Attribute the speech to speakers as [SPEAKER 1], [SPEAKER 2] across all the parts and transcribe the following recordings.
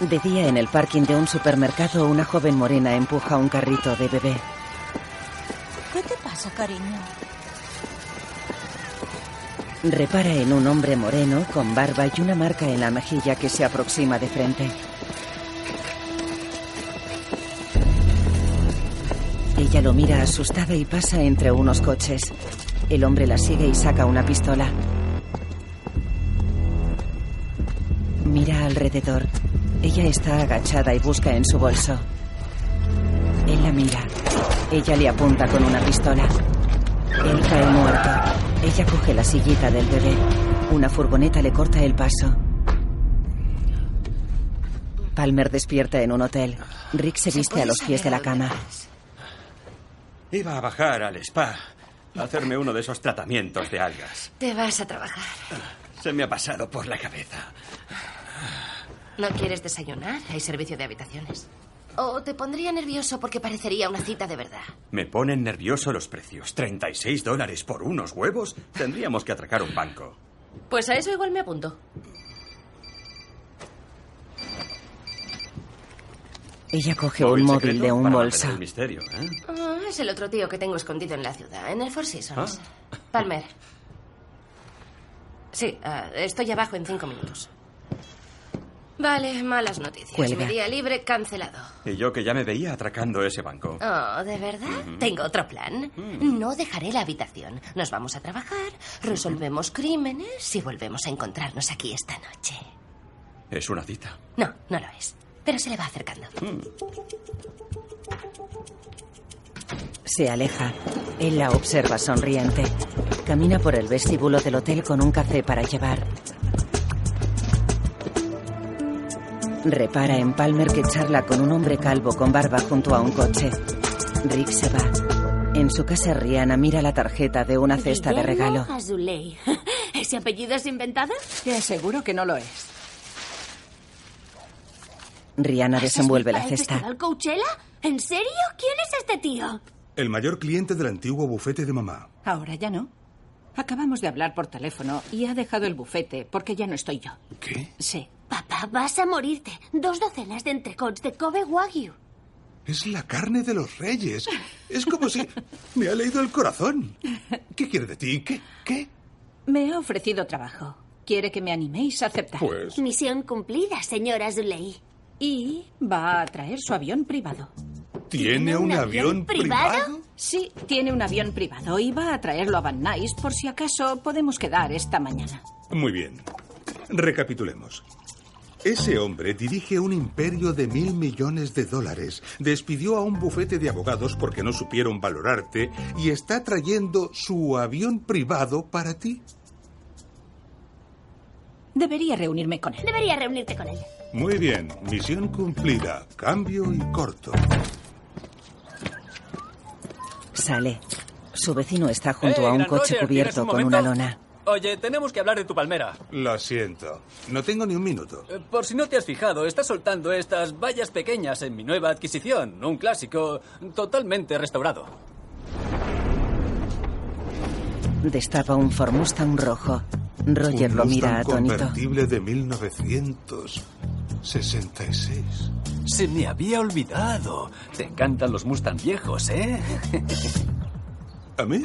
[SPEAKER 1] De día en el parking de un supermercado, una joven morena empuja un carrito de bebé.
[SPEAKER 2] ¿Qué te pasa, cariño?
[SPEAKER 1] Repara en un hombre moreno con barba y una marca en la mejilla que se aproxima de frente. Ella lo mira asustada y pasa entre unos coches. El hombre la sigue y saca una pistola. Mira alrededor. Ella está agachada y busca en su bolso. Él la mira. Ella le apunta con una pistola. Él cae muerto. Ella coge la sillita del bebé. Una furgoneta le corta el paso. Palmer despierta en un hotel. Rick se viste a los pies de la cama.
[SPEAKER 3] Iba a bajar al spa a hacerme uno de esos tratamientos de algas.
[SPEAKER 4] Te vas a trabajar.
[SPEAKER 3] Se me ha pasado por la cabeza.
[SPEAKER 4] ¿No quieres desayunar? Hay servicio de habitaciones. O te pondría nervioso porque parecería una cita de verdad.
[SPEAKER 3] Me ponen nervioso los precios. 36 dólares por unos huevos. Tendríamos que atracar un banco.
[SPEAKER 4] Pues a eso igual me apunto.
[SPEAKER 1] Ella coge
[SPEAKER 3] Móvil
[SPEAKER 1] un móvil
[SPEAKER 3] secreto
[SPEAKER 1] de un
[SPEAKER 3] para
[SPEAKER 1] bolso.
[SPEAKER 3] mantener El misterio, ¿eh?
[SPEAKER 4] Ah, es el otro tío que tengo escondido en la ciudad, en el Four Seasons. Palmer. Sí, ah, estoy abajo en cinco minutos. Vale, malas noticias.
[SPEAKER 3] Cuelga.
[SPEAKER 4] Mi día libre cancelado.
[SPEAKER 3] Y yo que ya me veía atracando ese banco.
[SPEAKER 4] Oh, ¿de verdad? Tengo otro plan. No dejaré la habitación. Nos vamos a trabajar, resolvemos crímenes y volvemos a encontrarnos aquí esta noche.
[SPEAKER 3] Es una cita.
[SPEAKER 4] No, no lo es. Pero se le va acercando.
[SPEAKER 5] Mm.
[SPEAKER 1] Se aleja. Él la observa sonriente. Camina por el vestíbulo del hotel con un café para llevar. Repara en Palmer que charla con un hombre calvo con barba junto a un coche. Rick se va. En su casa, Rihanna mira la tarjeta de una cesta de regalo.
[SPEAKER 6] Oh, Azuley. ¿Ese apellido es inventado?
[SPEAKER 5] Te aseguro que no lo es.
[SPEAKER 1] Rihanna desenvuelve la
[SPEAKER 6] ¿El
[SPEAKER 1] cesta.
[SPEAKER 6] festival Coachella? ¿En serio? ¿Quién es este tío?
[SPEAKER 7] El mayor cliente del antiguo bufete de mamá.
[SPEAKER 5] Ahora ya no. Acabamos de hablar por teléfono y ha dejado el bufete porque ya no estoy yo.
[SPEAKER 7] ¿Qué?
[SPEAKER 5] Sí.
[SPEAKER 6] Papá, vas a morirte. Dos docenas de entrecots de Kobe Wagyu.
[SPEAKER 7] Es la carne de los reyes. Es como si me ha leído el corazón. ¿Qué quiere de ti? ¿Qué? ¿Qué?
[SPEAKER 5] Me ha ofrecido trabajo. Quiere que me animéis a aceptar.
[SPEAKER 7] Pues.
[SPEAKER 6] Misión cumplida, señora Azuley.
[SPEAKER 5] Y va a traer su avión privado.
[SPEAKER 7] ¿Tiene un, avión privado?
[SPEAKER 5] Sí, tiene un avión privado y va a traerlo a Van Nuys por si acaso podemos quedar esta mañana.
[SPEAKER 7] Muy bien. Recapitulemos. Ese hombre dirige un imperio de mil millones de dólares, despidió a un bufete de abogados porque no supieron valorarte y está trayendo su avión privado para ti.
[SPEAKER 5] Debería reunirme con él.
[SPEAKER 6] Debería reunirte con él.
[SPEAKER 7] Muy bien, misión cumplida. Cambio y corto.
[SPEAKER 1] Sale. Su vecino está junto a un
[SPEAKER 8] Grand
[SPEAKER 1] coche
[SPEAKER 8] Eh, Roger, ¿tienes
[SPEAKER 1] cubierto
[SPEAKER 8] un
[SPEAKER 1] con una
[SPEAKER 8] momento?
[SPEAKER 1] lona.
[SPEAKER 8] Oye, tenemos que hablar de tu palmera.
[SPEAKER 7] Lo siento. No tengo ni un minuto.
[SPEAKER 8] Eh, Por si no te has fijado, está soltando estas vallas pequeñas en mi nueva adquisición. Un clásico totalmente restaurado.
[SPEAKER 1] Destapa un Ford Mustang rojo. Roger
[SPEAKER 7] Un
[SPEAKER 1] lo mira
[SPEAKER 7] Mustang
[SPEAKER 1] atónito.
[SPEAKER 7] convertible de 1966.
[SPEAKER 8] Se me había olvidado. Te encantan los Mustang viejos, ¿eh?
[SPEAKER 7] ¿A mí?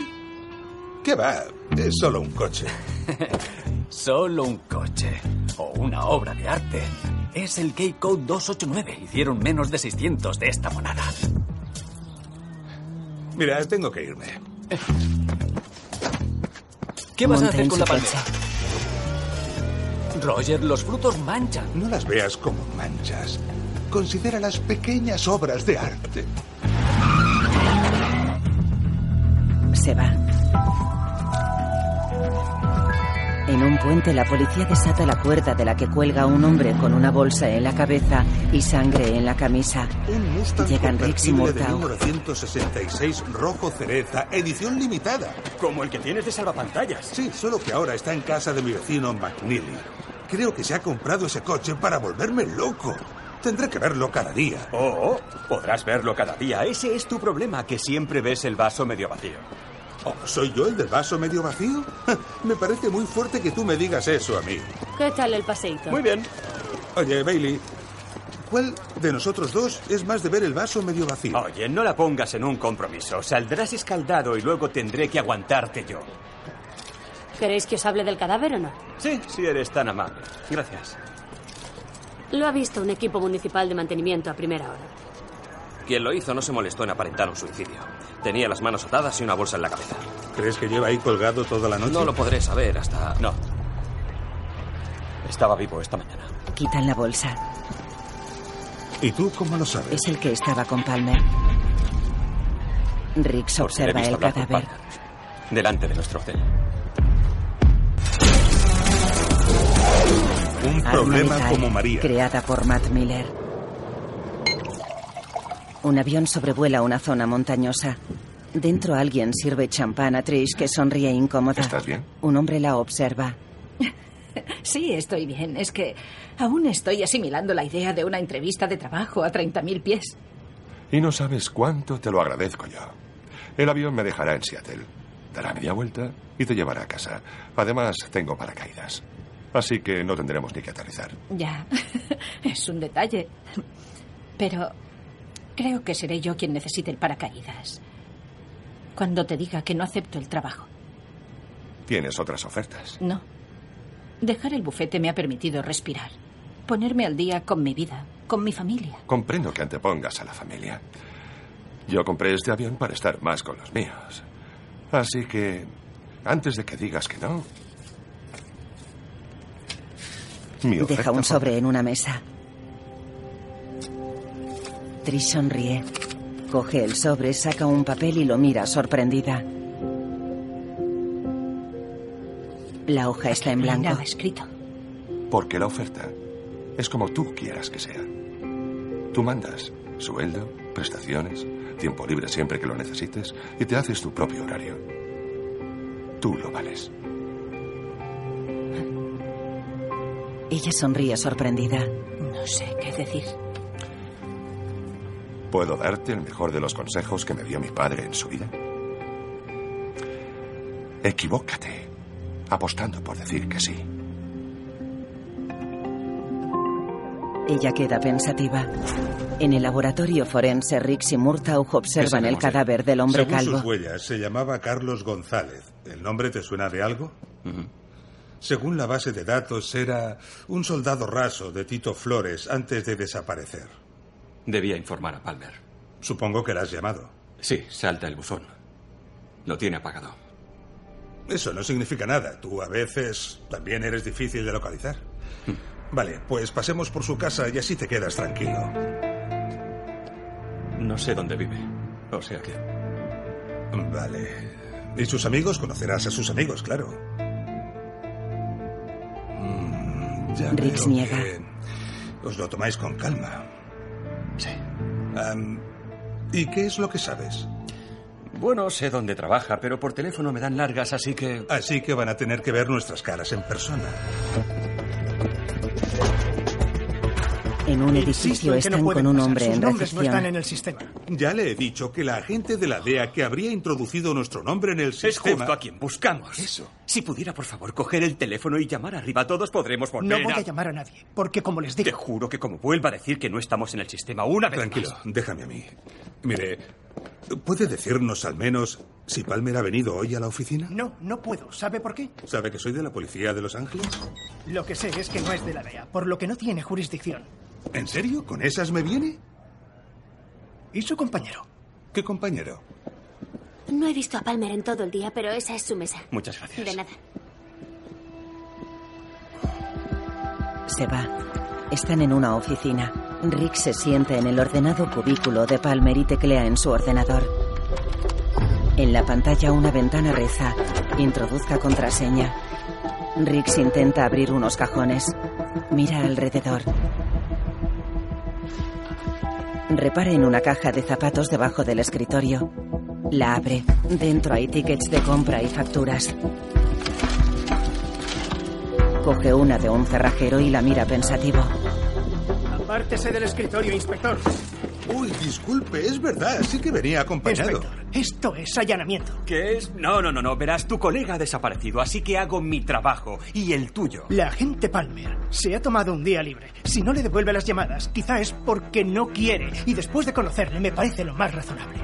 [SPEAKER 7] ¿Qué va? Es solo un coche.
[SPEAKER 8] Solo un coche. O una obra de arte. Es el Cape Cod 289. Hicieron menos de 600 de esta monada.
[SPEAKER 7] Mira, tengo que irme.
[SPEAKER 8] ¿Qué vas
[SPEAKER 7] Monta
[SPEAKER 8] a hacer
[SPEAKER 7] en
[SPEAKER 8] con
[SPEAKER 7] su
[SPEAKER 8] la palmera? Roger, los frutos manchan.
[SPEAKER 7] No las veas como manchas. Considera las pequeñas obras de arte.
[SPEAKER 1] Se va. En un puente la policía desata la cuerda de la que cuelga un hombre con una bolsa en la cabeza y sangre en la camisa.
[SPEAKER 7] Un Mustang
[SPEAKER 1] Llegan Rix y
[SPEAKER 7] convertible de
[SPEAKER 1] Murtaugh.
[SPEAKER 7] 1966 rojo cereza, edición limitada.
[SPEAKER 3] Como el que tienes de salvapantallas.
[SPEAKER 7] Sí, solo que ahora está en casa de mi vecino McNeely. Creo que se ha comprado ese coche para volverme loco. Tendré que verlo cada día.
[SPEAKER 3] Oh, oh, podrás verlo cada día. Ese es tu problema, que siempre ves el vaso medio vacío.
[SPEAKER 7] Oh, ¿Soy yo el del vaso medio vacío? Me parece muy fuerte que tú me digas eso a mí.
[SPEAKER 9] ¿Qué tal el paseíto?
[SPEAKER 3] bien.
[SPEAKER 7] Oye, Bailey, ¿Cuál de nosotros dos es más de ver el vaso medio vacío?
[SPEAKER 3] Oye, no la pongas en un compromiso. Saldrás escaldado y luego tendré que aguantarte yo.
[SPEAKER 9] ¿Queréis que os hable del cadáver o no?
[SPEAKER 3] Sí, si eres tan amable. Gracias.
[SPEAKER 9] Lo ha visto un equipo municipal de mantenimiento a primera hora.
[SPEAKER 10] Quien lo hizo no se molestó en aparentar un suicidio. Tenía las manos atadas y una bolsa en la cabeza.
[SPEAKER 7] ¿Crees que lleva ahí colgado toda la noche?
[SPEAKER 10] No lo podré saber hasta...
[SPEAKER 3] No. Estaba vivo esta mañana.
[SPEAKER 1] Quitan la bolsa.
[SPEAKER 7] ¿Y tú cómo lo sabes?
[SPEAKER 1] Es el que estaba con Palmer. Riggs
[SPEAKER 10] Porque le he
[SPEAKER 1] observa
[SPEAKER 10] visto
[SPEAKER 1] el
[SPEAKER 10] hablar con
[SPEAKER 1] cadáver.
[SPEAKER 10] Parker, Delante de nuestro hotel.
[SPEAKER 7] Un
[SPEAKER 1] Arma
[SPEAKER 7] problema
[SPEAKER 10] ¿eh?
[SPEAKER 1] letal,
[SPEAKER 7] como María.
[SPEAKER 1] Creada por Matt Miller. Un avión sobrevuela una zona montañosa. Dentro alguien sirve champán a Trish que sonríe incómoda.
[SPEAKER 11] ¿Estás bien?
[SPEAKER 1] Un hombre la observa.
[SPEAKER 5] Sí, estoy bien. Es que aún estoy asimilando la idea de una entrevista de trabajo a 30.000 pies.
[SPEAKER 11] Y no sabes cuánto te lo agradezco yo. El avión me dejará en Seattle. Dará media vuelta y te llevará a casa. Además, tengo paracaídas. Así que no tendremos ni que aterrizar.
[SPEAKER 5] Ya, es un detalle. Pero creo que seré yo quien necesite el paracaídas. Cuando te diga que no acepto el trabajo.
[SPEAKER 11] Tienes otras ofertas.
[SPEAKER 5] No. Dejar el bufete me ha permitido respirar. Ponerme al día con mi vida, con mi familia.
[SPEAKER 11] Comprendo que antepongas a la familia. Yo compré este avión para estar más con los míos. Así que, antes de que digas que no... Mi
[SPEAKER 1] Deja
[SPEAKER 11] oferta
[SPEAKER 1] un
[SPEAKER 11] por-
[SPEAKER 1] sobre en una mesa. Trish sonríe. Coge el sobre, saca un papel y lo mira sorprendida. La hoja está en blanco.
[SPEAKER 5] Nada escrito.
[SPEAKER 11] Porque la oferta es como tú quieras que sea. Tú mandas sueldo, prestaciones, tiempo libre siempre que lo necesites y te haces tu propio horario. Tú lo vales.
[SPEAKER 1] Ella sonríe sorprendida.
[SPEAKER 5] No sé qué decir.
[SPEAKER 11] ¿Puedo darte el mejor de los consejos que me dio mi padre en su vida? Equivócate, apostando por decir que sí.
[SPEAKER 1] Ella queda pensativa. En el laboratorio forense, Rix y Murtaugh observan el
[SPEAKER 11] Desabremos, ¿eh?
[SPEAKER 1] cadáver del hombre
[SPEAKER 7] Según
[SPEAKER 1] calvo.
[SPEAKER 7] sus huellas, se llamaba Carlos González. ¿El nombre te suena de algo? Según la base de datos, era un soldado raso de Tito Flores antes de desaparecer.
[SPEAKER 10] Debía informar a Palmer.
[SPEAKER 7] Supongo que la has llamado.
[SPEAKER 10] Sí, salta el buzón. Lo tiene apagado.
[SPEAKER 7] Eso no significa nada. Tú a veces también eres difícil de localizar.
[SPEAKER 10] Hmm.
[SPEAKER 7] Vale, pues pasemos por su casa y así te quedas tranquilo.
[SPEAKER 10] No sé dónde vive. O sea que...
[SPEAKER 7] Vale. ¿Y sus amigos? Conocerás a sus amigos, claro. Mm, ya
[SPEAKER 1] Riggs
[SPEAKER 7] veo
[SPEAKER 1] niega.
[SPEAKER 7] que Os lo tomáis con calma.
[SPEAKER 10] Sí.
[SPEAKER 7] Am, ¿Y qué es lo que sabes?
[SPEAKER 10] Bueno, sé dónde trabaja, pero por teléfono me dan largas, así que...
[SPEAKER 7] Así que van a tener que ver nuestras caras en persona.
[SPEAKER 1] En un
[SPEAKER 12] Insisto
[SPEAKER 1] edificio
[SPEAKER 12] en que no
[SPEAKER 1] están
[SPEAKER 12] pueden
[SPEAKER 1] con un
[SPEAKER 12] pasar.
[SPEAKER 1] hombre
[SPEAKER 12] Sus
[SPEAKER 1] en
[SPEAKER 12] nombres Este, no
[SPEAKER 1] recepción.
[SPEAKER 12] están en el sistema.
[SPEAKER 7] Ya le he dicho que la agente de la DEA que habría introducido nuestro nombre en el
[SPEAKER 3] Es
[SPEAKER 7] sistema...
[SPEAKER 3] justo a quien buscamos.
[SPEAKER 7] Eso.
[SPEAKER 3] Si pudiera, por favor, coger el teléfono y llamar arriba, todos podremos volver.
[SPEAKER 12] No voy a llamar a nadie, porque como les
[SPEAKER 3] Te
[SPEAKER 12] digo,
[SPEAKER 3] juro que como vuelva a decir que no estamos en el sistema una vez
[SPEAKER 7] Tranquilo,
[SPEAKER 3] más.
[SPEAKER 7] déjame a mí. Mire, ¿puede decirnos al menos si Palmer ha venido hoy a la oficina?
[SPEAKER 12] no, no puedo. ¿Sabe por qué?
[SPEAKER 7] ¿Sabe que soy de la policía de Los Ángeles?
[SPEAKER 12] Lo que sé es que no es de la DEA, por lo que no tiene jurisdicción.
[SPEAKER 7] ¿En serio? ¿Con esas me viene?
[SPEAKER 12] ¿Y su compañero?
[SPEAKER 7] ¿Qué compañero?
[SPEAKER 6] No he visto a Palmer en todo el día, pero esa es su mesa.
[SPEAKER 3] Muchas gracias.
[SPEAKER 6] De nada.
[SPEAKER 1] Se va. Están en una oficina. Rick se sienta en el ordenado cubículo de Palmer y teclea en su ordenador. En la pantalla una ventana reza. Introduzca contraseña. Rix intenta abrir unos cajones. Mira alrededor. Repara en una caja de zapatos debajo del escritorio. La abre. Dentro hay tickets de compra y facturas. Coge una de un cerrajero y la mira pensativo.
[SPEAKER 12] Apártese del escritorio, inspector.
[SPEAKER 7] Uy, disculpe, es verdad, sí que venía acompañado.
[SPEAKER 12] Inspector, esto es allanamiento.
[SPEAKER 3] ¿Qué es? No, no, no, no. Verás, tu colega ha desaparecido, así que hago mi trabajo y el tuyo.
[SPEAKER 12] La agente Palmer se ha tomado un día libre. Si no le devuelve las llamadas, quizá es porque no quiere. Y después de conocerle, me parece lo más razonable.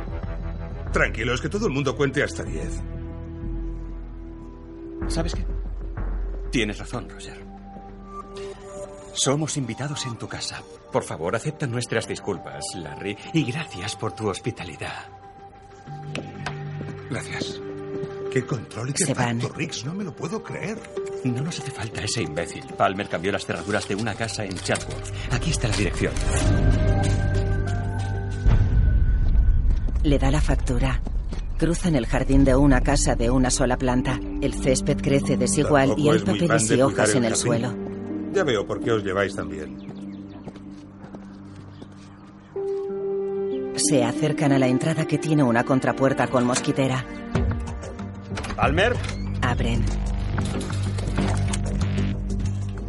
[SPEAKER 7] Tranquilos, que todo el mundo cuente hasta 10.
[SPEAKER 3] ¿Sabes qué? Tienes razón, Roger. Somos invitados en tu casa. Por favor, acepta nuestras disculpas, Larry, y gracias por tu hospitalidad.
[SPEAKER 7] Gracias. Qué control y qué
[SPEAKER 3] Se van.
[SPEAKER 7] pacto, Riggs, no me lo puedo creer.
[SPEAKER 3] No nos hace falta ese imbécil. Palmer cambió las cerraduras de una casa en Chatsworth. Aquí está la dirección.
[SPEAKER 1] Le da la factura. Cruzan el jardín de una casa de una sola planta. El césped crece desigual Este y
[SPEAKER 7] Tampoco
[SPEAKER 1] hay
[SPEAKER 7] es muy
[SPEAKER 1] papeles
[SPEAKER 7] fan
[SPEAKER 1] y
[SPEAKER 7] de cuidar
[SPEAKER 1] hojas en el
[SPEAKER 7] jardín.
[SPEAKER 1] suelo.
[SPEAKER 7] Ya veo por qué os lleváis tan bien.
[SPEAKER 1] Se acercan a la entrada que tiene una contrapuerta con mosquitera.
[SPEAKER 3] Palmer.
[SPEAKER 1] Abren.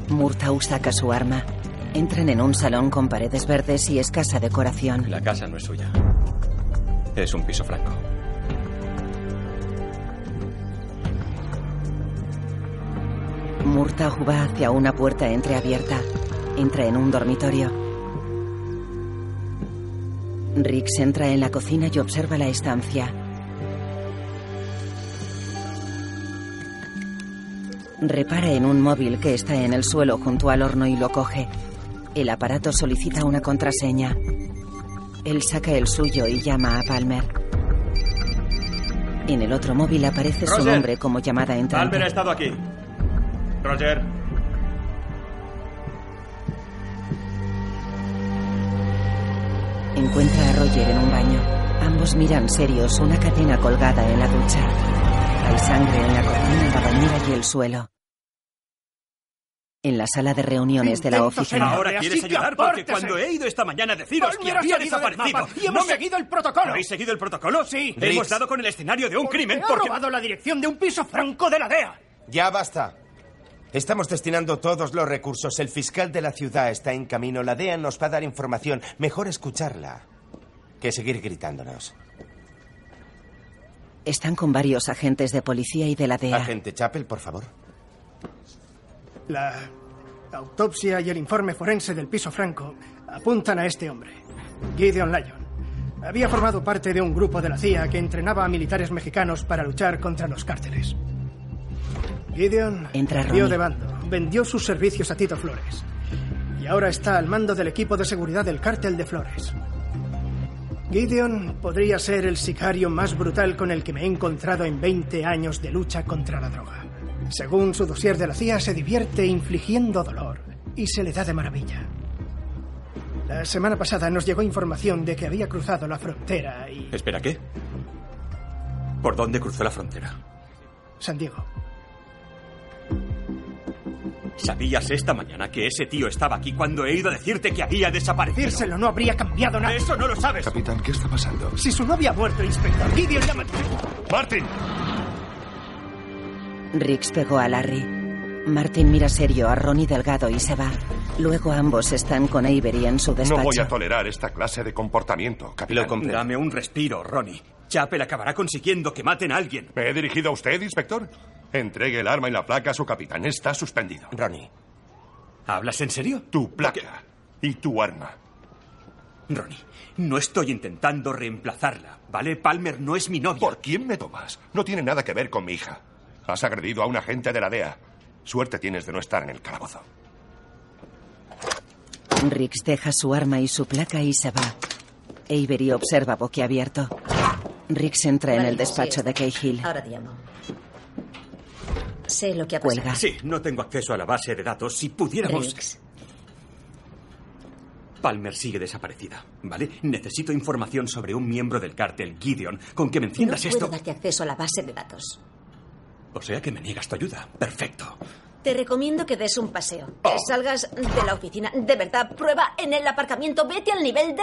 [SPEAKER 1] Murtaugh saca su arma. Entran en un salón con paredes verdes y escasa decoración.
[SPEAKER 3] La casa no es suya. Es un piso franco.
[SPEAKER 1] Murtaugh va hacia una puerta entreabierta. Entra en un dormitorio. Riggs entra en la cocina y observa la estancia. Repara en un móvil que está en el suelo junto al horno y lo coge. El aparato solicita una contraseña. Él saca el suyo y llama a Palmer. En el otro móvil aparece su
[SPEAKER 3] Roger.
[SPEAKER 1] nombre como llamada entrante.
[SPEAKER 3] Palmer ha estado aquí. Roger.
[SPEAKER 1] Encuentra a Roger en un baño. Ambos miran serios una cadena colgada en la ducha. Hay sangre en la cocina, la bañera y el suelo. En la sala de reuniones de la
[SPEAKER 3] Intento ser
[SPEAKER 1] oficina.
[SPEAKER 3] Ahora quieres
[SPEAKER 12] así que
[SPEAKER 3] ayudar porque
[SPEAKER 12] apártese.
[SPEAKER 3] cuando he ido esta mañana a deciros que
[SPEAKER 12] Palmer ha
[SPEAKER 3] había
[SPEAKER 12] salido del
[SPEAKER 3] desaparecido.
[SPEAKER 12] mapa y hemos
[SPEAKER 3] me-
[SPEAKER 12] seguido el protocolo.
[SPEAKER 3] ¿Habéis seguido el protocolo? Sí.
[SPEAKER 13] Riggs.
[SPEAKER 3] Hemos dado con el escenario de un crimen
[SPEAKER 12] ha
[SPEAKER 3] porque...
[SPEAKER 12] robado la dirección de un piso franco de la E DEA.
[SPEAKER 13] Ya basta. Estamos destinando todos los recursos. El fiscal de la ciudad está en camino. La DEA nos va a dar información. Mejor escucharla que seguir gritándonos.
[SPEAKER 1] Están con varios agentes de policía y de la DEA.
[SPEAKER 13] Agente Chapel, por favor.
[SPEAKER 12] La autopsia y el informe forense del piso franco apuntan a este hombre, Gideon Lyon. Había formado parte de un grupo de la CIA que entrenaba a militares mexicanos para luchar contra los cárteles. Gideon
[SPEAKER 1] Entra
[SPEAKER 12] dio
[SPEAKER 1] Ronnie.
[SPEAKER 12] de bando, vendió sus servicios a Tito Flores y ahora está al mando del equipo de seguridad del cártel de Flores. Gideon podría ser el sicario más brutal con el que me he encontrado en 20 años de lucha contra la droga. Según su dossier de la CIA, se divierte infligiendo dolor y se le da de maravilla. La semana pasada nos llegó información de que había cruzado la frontera y
[SPEAKER 3] Espera, ¿qué? ¿Por dónde cruzó la frontera?
[SPEAKER 12] San Diego.
[SPEAKER 3] ¿Sabías esta mañana que ese tío estaba aquí cuando he ido a decirte que había desaparecido?
[SPEAKER 12] Dírselo no habría cambiado nada.
[SPEAKER 3] Eso no lo sabes.
[SPEAKER 11] Capitán, ¿qué está pasando?
[SPEAKER 12] Si su novia ha muerto, inspector Gideon la mató.
[SPEAKER 3] ¡Martin!
[SPEAKER 1] Riggs pegó a Larry. Martin mira serio a Ronnie Delgado y se va. Luego ambos están con Avery en su
[SPEAKER 11] No voy
[SPEAKER 1] despacho.
[SPEAKER 11] a tolerar esta clase de comportamiento, capitán.
[SPEAKER 3] Lo comprendo. Dame un respiro, Ronnie. Chapel acabará consiguiendo que maten a alguien.
[SPEAKER 11] ¿Me he dirigido a usted, inspector? Entregue el arma y la placa a su capitán. Está suspendido.
[SPEAKER 13] Ronnie.
[SPEAKER 3] ¿Hablas en serio?
[SPEAKER 11] Tu placa y tu arma.
[SPEAKER 3] Ronnie, no estoy intentando reemplazarla, ¿vale? Palmer no es mi novia.
[SPEAKER 11] ¿Por quién me tomas? No tiene nada que ver con mi hija. Has agredido a un agente de la DEA. Suerte tienes de no estar en el calabozo.
[SPEAKER 1] Riggs deja su arma y su placa y se va. Avery observa boquiabierto. Riggs entra en
[SPEAKER 14] Vale,
[SPEAKER 1] el despacho
[SPEAKER 14] sí,
[SPEAKER 1] de Cahill.
[SPEAKER 14] Ahora te llamo. Sé lo que ha pasado.
[SPEAKER 1] Cuelga.
[SPEAKER 3] Sí, no tengo acceso a la base de datos. Si pudiéramos...
[SPEAKER 14] Riggs.
[SPEAKER 3] Palmer sigue desaparecida, ¿vale? Necesito información sobre un miembro del cártel, Gideon, con que me enciendas
[SPEAKER 14] no
[SPEAKER 3] esto.
[SPEAKER 14] puedo darte acceso a la base de datos.
[SPEAKER 3] O sea que me niegas tu ayuda. Perfecto.
[SPEAKER 14] Te recomiendo que des un paseo. Que
[SPEAKER 15] Oh.
[SPEAKER 14] salgas de la oficina. De verdad, prueba en el aparcamiento. Vete al nivel D.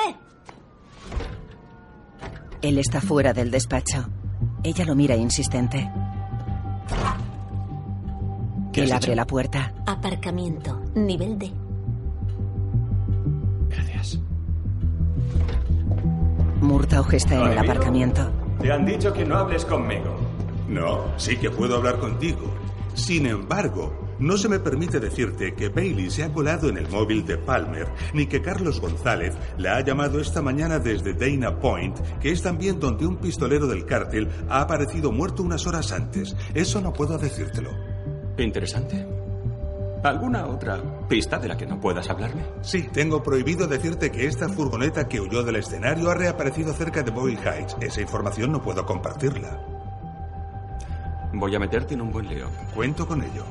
[SPEAKER 1] Él está fuera del despacho. Ella lo mira insistente.
[SPEAKER 14] ¿Qué has
[SPEAKER 1] Él abre
[SPEAKER 14] hecho?
[SPEAKER 1] la puerta.
[SPEAKER 14] Aparcamiento. Nivel D.
[SPEAKER 3] Gracias.
[SPEAKER 1] Murtaugh está en el
[SPEAKER 3] Amigo.
[SPEAKER 1] aparcamiento.
[SPEAKER 3] Te han dicho que no hables conmigo.
[SPEAKER 7] No, sí que puedo hablar contigo. Sin embargo, no se me permite decirte que Bailey se ha colado en el móvil de Palmer, ni que Carlos González la ha llamado esta mañana desde Dana Point, que es también donde un pistolero del cártel ha aparecido muerto unas horas antes. Eso no puedo decírtelo.
[SPEAKER 15] Interesante. ¿Alguna otra pista de la que no puedas hablarme?
[SPEAKER 7] Sí, tengo prohibido decirte que esta furgoneta que huyó del escenario ha reaparecido cerca de Boyle Heights. Esa información no puedo compartirla.
[SPEAKER 15] Voy a meterte en un buen lío.
[SPEAKER 7] Cuento con ello.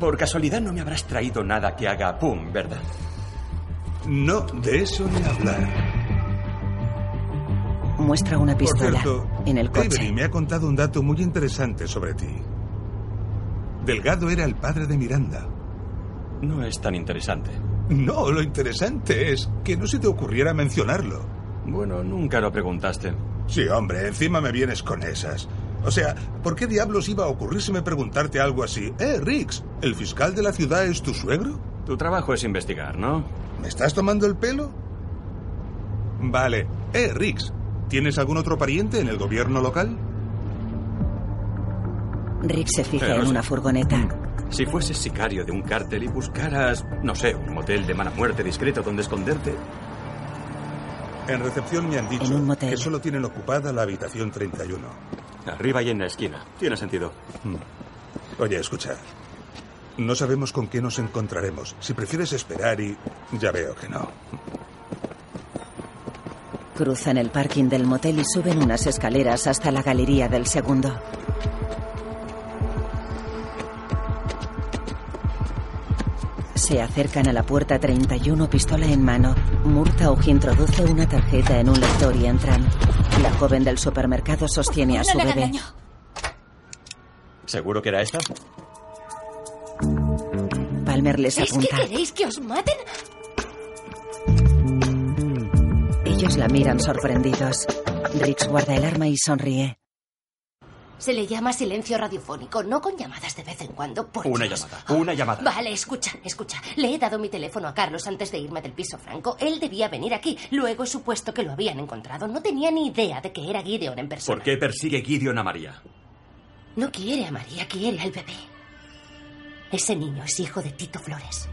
[SPEAKER 15] Por casualidad no me habrás traído nada que haga pum, ¿verdad?
[SPEAKER 7] No, de eso ni hablar.
[SPEAKER 1] Muestra una
[SPEAKER 7] Por
[SPEAKER 1] pistola
[SPEAKER 7] cierto,
[SPEAKER 1] en el
[SPEAKER 7] Avery
[SPEAKER 1] coche.
[SPEAKER 7] me ha contado un dato muy interesante sobre ti. Delgado era el padre de Miranda.
[SPEAKER 15] No es tan interesante.
[SPEAKER 7] No, lo interesante es que no se te ocurriera mencionarlo.
[SPEAKER 15] Bueno, nunca lo preguntaste.
[SPEAKER 7] Sí, hombre, encima me vienes con esas. O sea, ¿por qué diablos iba a ocurrírseme preguntarte algo así? Eh, Riggs, ¿el fiscal de la ciudad es tu suegro?
[SPEAKER 15] Tu trabajo es investigar, ¿no?
[SPEAKER 7] ¿Me estás tomando el pelo? Vale. Eh, Riggs, ¿tienes algún otro pariente en el gobierno local?
[SPEAKER 1] Rick se fija
[SPEAKER 15] Eh, no
[SPEAKER 1] en
[SPEAKER 15] sé.
[SPEAKER 1] una furgoneta.
[SPEAKER 15] Si fueses sicario de un cártel y buscaras, no sé, un motel de mala muerte discreto donde esconderte,
[SPEAKER 7] En recepción me han dicho que solo tienen ocupada la habitación 31.
[SPEAKER 15] arriba y en la esquina. Tiene sentido.
[SPEAKER 7] Oye, escucha. No sabemos con qué nos encontraremos. Si prefieres esperar y... Ya veo que no.
[SPEAKER 1] Cruzan el parking del motel y suben unas escaleras hasta la galería del segundo. Se acercan a la puerta 31, pistola en mano. Murtaugh introduce una tarjeta en un lector y entran. La joven del supermercado sostiene a
[SPEAKER 2] No
[SPEAKER 1] su
[SPEAKER 2] le hagan
[SPEAKER 1] bebé.
[SPEAKER 2] daño.
[SPEAKER 15] ¿Seguro que era esta?
[SPEAKER 1] Palmer les
[SPEAKER 4] ¿Es que
[SPEAKER 1] apunta.
[SPEAKER 4] queréis que os maten?
[SPEAKER 1] Ellos la miran sorprendidos. Rix guarda el arma y sonríe.
[SPEAKER 4] Se le llama silencio radiofónico, no con llamadas de vez en cuando. por
[SPEAKER 15] Una
[SPEAKER 4] Dios.
[SPEAKER 15] llamada, una llamada.
[SPEAKER 4] Vale, escucha, escucha. Le he dado mi teléfono a Carlos antes de irme del piso franco. Él debía venir aquí. Luego, he supuesto que lo habían encontrado, no tenía ni idea de que era Gideon en persona.
[SPEAKER 15] ¿Por qué persigue Gideon a María?
[SPEAKER 4] No quiere a María, quiere al bebé. Ese niño es hijo de Tito Flores.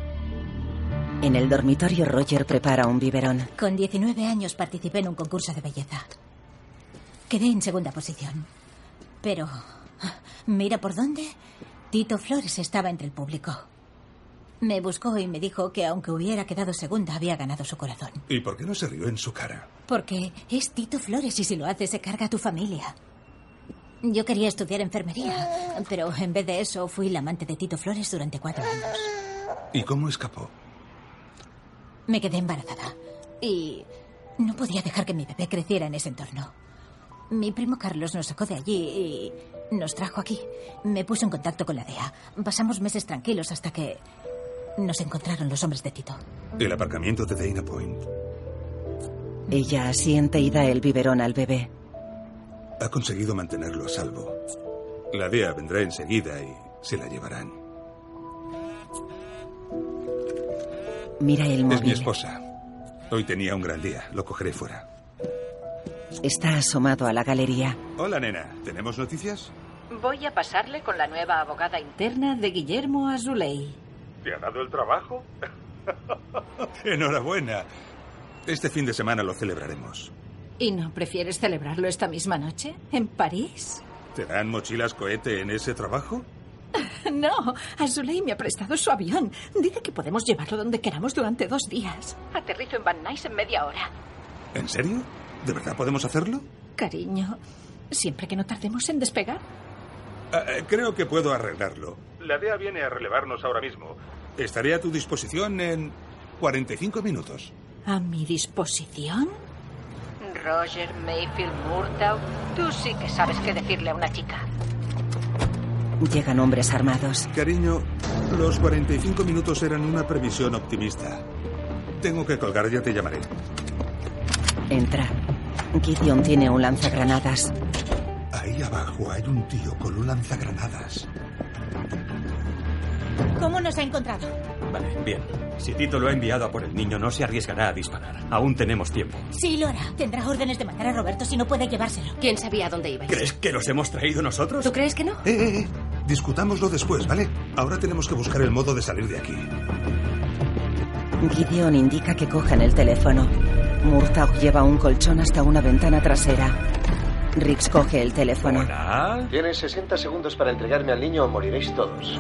[SPEAKER 1] En el dormitorio Roger prepara un biberón.
[SPEAKER 2] Con 19 años participé en un concurso de belleza. Quedé en segunda posición. Pero, mira por dónde, Tito Flores estaba entre el público. Me buscó y me dijo que aunque hubiera quedado segunda, había ganado su corazón.
[SPEAKER 7] ¿Y por qué no se rió en su cara?
[SPEAKER 2] Porque es Tito Flores y si lo hace se carga a tu familia. Yo quería estudiar enfermería, pero en vez de eso fui la amante de Tito Flores durante cuatro años.
[SPEAKER 7] ¿Y cómo escapó?
[SPEAKER 2] Me quedé embarazada y no podía dejar que mi bebé creciera en ese entorno. Mi primo Carlos nos sacó de allí y nos trajo aquí. Me puso en contacto con la DEA. Pasamos meses tranquilos hasta que nos encontraron los hombres de Tito.
[SPEAKER 7] El aparcamiento de Dana Point.
[SPEAKER 1] Ella asiente y da el biberón al bebé.
[SPEAKER 7] Ha conseguido mantenerlo a salvo. La DEA vendrá enseguida y se la llevarán.
[SPEAKER 1] Mira el
[SPEAKER 7] Es mi
[SPEAKER 1] móvil.
[SPEAKER 7] esposa. Hoy tenía un gran día. Lo cogeré fuera.
[SPEAKER 1] Está asomado a la galería.
[SPEAKER 7] Hola, nena. ¿Tenemos noticias?
[SPEAKER 5] Voy a pasarle con la nueva abogada interna de Guillermo Azuley.
[SPEAKER 7] ¿Te ha dado el trabajo? Enhorabuena. Este fin de semana lo celebraremos.
[SPEAKER 5] ¿Y no prefieres celebrarlo esta misma noche? ¿En París?
[SPEAKER 7] ¿Te dan mochilas cohete en ese trabajo?
[SPEAKER 5] No, Azuley me ha prestado su avión. Dice que podemos llevarlo donde queramos durante dos días. Aterrizo en Van Nuys en media hora.
[SPEAKER 7] ¿En serio? ¿De verdad podemos hacerlo?
[SPEAKER 5] Cariño, siempre que no tardemos en despegar.
[SPEAKER 7] Ah, eh, creo que puedo arreglarlo. La DEA viene a relevarnos ahora mismo. Estaré a tu disposición en 45 minutos.
[SPEAKER 5] ¿A mi disposición? Roger Mayfield Murtaugh, tú sí que sabes qué decirle a una chica.
[SPEAKER 1] Llegan hombres armados.
[SPEAKER 7] Cariño, los 45 minutos eran una previsión optimista. Tengo que colgar, ya te llamaré.
[SPEAKER 1] Entra. Gideon tiene un lanzagranadas.
[SPEAKER 7] Ahí abajo hay un tío con un lanzagranadas.
[SPEAKER 2] ¿Cómo nos ha encontrado?
[SPEAKER 15] Vale, bien. Si Tito lo ha enviado a por el niño, no se arriesgará a disparar. Aún tenemos tiempo.
[SPEAKER 2] Sí, lo hará. Tendrá órdenes de matar a Roberto si no puede llevárselo.
[SPEAKER 4] ¿Quién sabía dónde iba?
[SPEAKER 15] ¿Crees que los hemos traído nosotros?
[SPEAKER 4] ¿Tú crees que no?
[SPEAKER 7] Eh, eh, eh. Discutámoslo después, ¿vale? Ahora tenemos que buscar el modo de salir de aquí.
[SPEAKER 1] Gideon indica que cojan el teléfono. Murtaugh lleva un colchón hasta una ventana trasera. Riggs coge el teléfono.
[SPEAKER 16] Tienes 60 segundos para entregarme al niño o moriréis todos.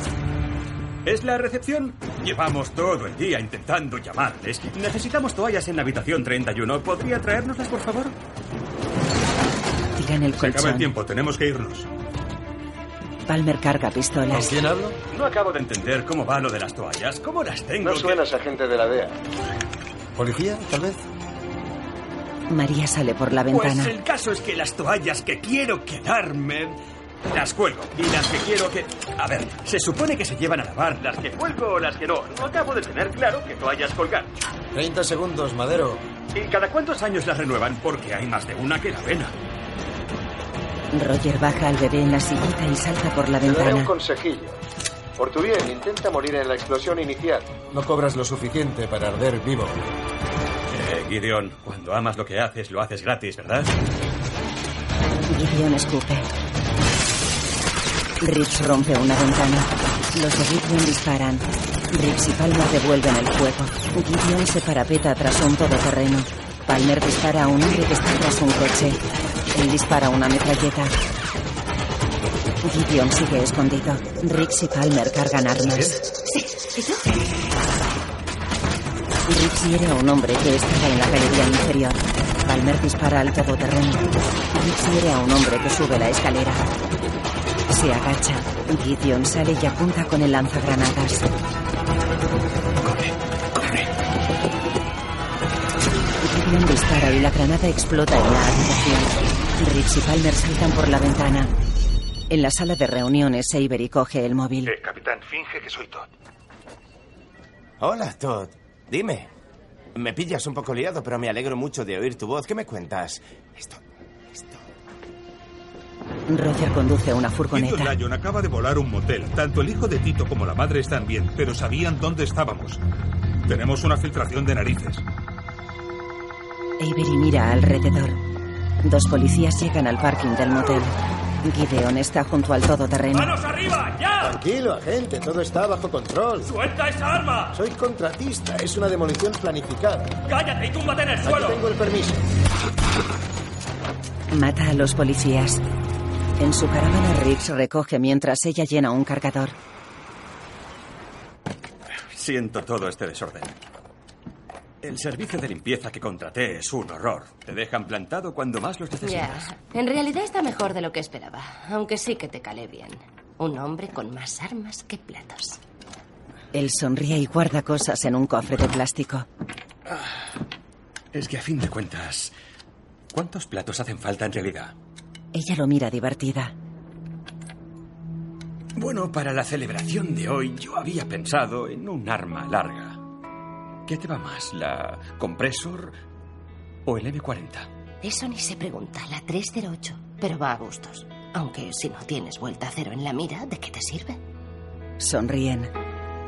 [SPEAKER 3] ¿Es la recepción? Llevamos todo el día intentando llamarles. Necesitamos toallas en la habitación 31. ¿Podría traérnoslas, por favor?
[SPEAKER 1] Tiran el
[SPEAKER 7] Se acaba el
[SPEAKER 1] colchón.
[SPEAKER 7] tiempo, tenemos que irnos.
[SPEAKER 1] Palmer carga pistolas.
[SPEAKER 3] hablo? No acabo de entender cómo va lo de las toallas. ¿Cómo las tengo?
[SPEAKER 16] No suenas a gente de la DEA.
[SPEAKER 3] ¿Policía, tal vez?
[SPEAKER 7] Oh.
[SPEAKER 1] María sale por la ventana.
[SPEAKER 3] Pues el caso es que las toallas que quiero quedarme las cuelgo. Y las que quiero que. A ver, se supone que se llevan a lavar las que cuelgo o las que no. No acabo de tener claro que toallas colgar.
[SPEAKER 16] 30 segundos, Madero.
[SPEAKER 3] ¿Y cada cuántos años las renuevan? Porque hay más de una que la pena.
[SPEAKER 1] Roger baja al bebé en la sillita y salta por la
[SPEAKER 16] Te daré un
[SPEAKER 1] ventana.
[SPEAKER 16] consejillo. Por tu bien, intenta morir en la explosión inicial. No cobras lo suficiente para arder vivo.
[SPEAKER 3] Eh, Gideon, cuando amas lo que haces, lo haces gratis, ¿verdad?
[SPEAKER 1] Gideon escupe. Riggs rompe una ventana. Los de Gideon disparan. Riggs y Palmer devuelven el fuego. Gideon se parapeta tras un todoterreno. Palmer dispara a un hombre que está tras un coche. Él dispara una metralleta. Gideon sigue escondido. Riggs y Palmer cargan armas.
[SPEAKER 4] Sí. ¿Y tú?
[SPEAKER 1] Riggs hiere a un hombre que estaba en la galería inferior. Palmer dispara al todoterreno. Riggs hiere a un hombre que sube la escalera. Se agacha. Gideon sale y apunta con el lanzagranadas. Gideon dispara y la granada explota en la habitación. Riggs y Palmer saltan por la ventana. En la sala de reuniones, Avery coge el móvil.
[SPEAKER 13] capitán, finge que soy Todd. Hola, Todd. Dime. Me pillas un poco liado, pero me alegro mucho de oír tu voz. ¿Qué me cuentas?
[SPEAKER 1] Roger conduce una
[SPEAKER 7] Tito
[SPEAKER 1] furgoneta.
[SPEAKER 7] Lyon acaba de volar un motel. Tanto el hijo de Tito como la madre están bien, pero sabían dónde estábamos. Tenemos una filtración de narices.
[SPEAKER 1] Avery mira alrededor. Dos policías llegan al parking del motel. Gideon está junto al todoterreno.
[SPEAKER 16] arriba, ya! Tranquilo, agente, todo está bajo control. ¡Suelta esa arma! Soy contratista, es una demolición planificada. ¡Cállate y túmbate en el suelo! tengo el permiso.
[SPEAKER 1] Mata a los policías. En su caravana, Riggs recoge mientras ella llena un cargador.
[SPEAKER 3] Siento todo este desorden. El servicio de limpieza que contraté es un horror. Te dejan plantado cuando más los
[SPEAKER 4] Ya.
[SPEAKER 3] necesitas.
[SPEAKER 4] En realidad está mejor de lo que esperaba. Aunque sí que te calé bien. Un hombre con más armas que platos.
[SPEAKER 1] Él sonríe y guarda cosas en un cofre de plástico.
[SPEAKER 3] Es que a fin de cuentas, ¿cuántos platos hacen falta en realidad?
[SPEAKER 1] Ella lo mira divertida.
[SPEAKER 3] Bueno, para la celebración de hoy yo había pensado en un arma larga. ¿Qué te va más, la compresor o el M40?
[SPEAKER 4] Eso ni se pregunta. La 308. Pero va a gustos. Aunque si no tienes vuelta cero en la mira, ¿de qué te sirve?
[SPEAKER 1] Sonríen.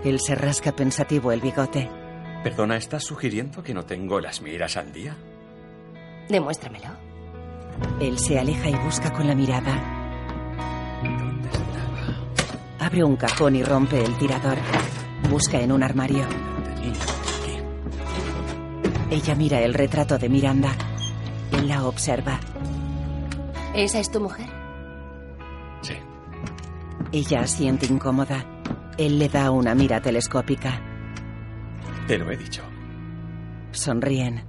[SPEAKER 1] Él se rasca pensativo el bigote.
[SPEAKER 3] Perdona, ¿estás sugiriendo que no tengo las miras al día?
[SPEAKER 4] Demuéstramelo.
[SPEAKER 1] Él se aleja y busca con la mirada. Abre un cajón y rompe el tirador. Busca en un armario. Ella mira el retrato de Miranda. Él la observa.
[SPEAKER 4] ¿Esa es tu mujer?
[SPEAKER 1] Ella asiente incómoda. Él le da una mira telescópica.
[SPEAKER 3] Te lo he dicho.
[SPEAKER 1] Sonríen.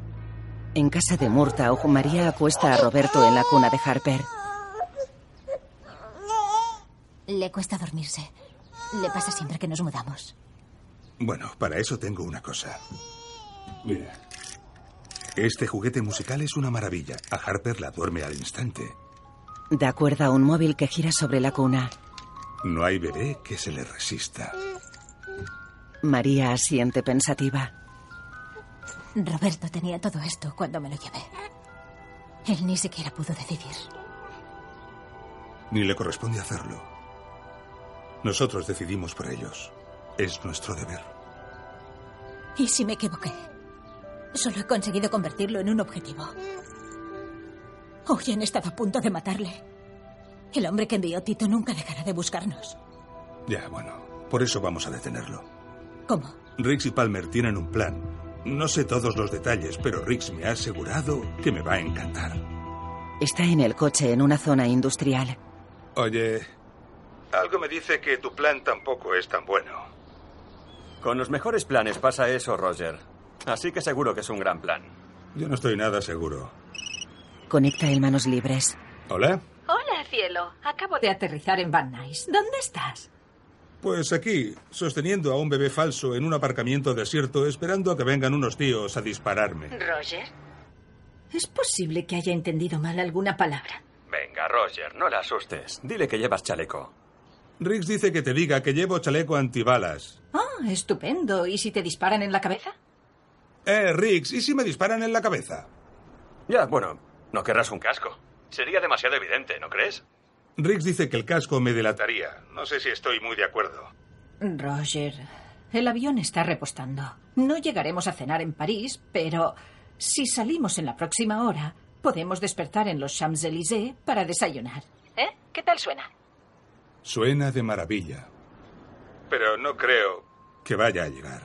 [SPEAKER 1] En casa de Murtaugh, María acuesta a Roberto en la cuna de Harper.
[SPEAKER 2] Le cuesta dormirse. Le pasa siempre que nos mudamos.
[SPEAKER 7] Bueno, para eso tengo una cosa. Mira. Este juguete musical es una maravilla. A Harper la duerme al instante.
[SPEAKER 1] Da cuerda a un móvil que gira sobre la cuna.
[SPEAKER 7] No hay bebé que se le resista.
[SPEAKER 1] María asiente pensativa.
[SPEAKER 2] Roberto tenía todo esto cuando me lo llevé. Él ni siquiera pudo decidir.
[SPEAKER 7] Ni le corresponde hacerlo. Nosotros decidimos por ellos. Es nuestro deber.
[SPEAKER 2] ¿Y si me equivoqué? Solo he conseguido convertirlo en un objetivo. Hoy han estado a punto de matarle. El hombre que envió Tito nunca dejará de buscarnos.
[SPEAKER 7] Ya, bueno. Por eso vamos a detenerlo.
[SPEAKER 2] ¿Cómo?
[SPEAKER 7] Riggs y Palmer tienen un plan. No sé todos los detalles, pero Riggs me ha asegurado que me va a encantar.
[SPEAKER 1] Está en el coche en una zona industrial.
[SPEAKER 7] Oye, algo me dice que tu plan tampoco es tan bueno.
[SPEAKER 10] Con los mejores planes pasa eso, Roger. Así que seguro que es un gran plan.
[SPEAKER 7] Yo no estoy nada seguro.
[SPEAKER 1] Conecta en manos libres.
[SPEAKER 7] ¿Hola?
[SPEAKER 17] Hola, cielo. Acabo de aterrizar en Van Nuys. ¿Dónde estás?
[SPEAKER 7] Pues aquí, sosteniendo a un bebé falso en un aparcamiento desierto, esperando a que vengan unos tíos a dispararme.
[SPEAKER 17] Roger. Es posible que haya entendido mal alguna palabra.
[SPEAKER 10] Venga, Roger, no la asustes. Dile que llevas chaleco.
[SPEAKER 7] Riggs dice que te diga que llevo chaleco antibalas.
[SPEAKER 17] Ah, estupendo. ¿Y si te disparan en la cabeza?
[SPEAKER 7] Eh, Riggs, ¿y si me disparan en la cabeza?
[SPEAKER 10] Ya, bueno, no querrás un casco. Sería demasiado evidente, ¿no crees?
[SPEAKER 7] Riggs dice que el casco me delataría. No sé si estoy muy de acuerdo.
[SPEAKER 5] Roger, el avión está repostando. No llegaremos a cenar en París, pero si salimos en la próxima hora, podemos despertar en los Champs-Élysées para desayunar.
[SPEAKER 17] ¿Eh? ¿Qué tal suena?
[SPEAKER 7] Suena de maravilla. Pero no creo que vaya a llegar.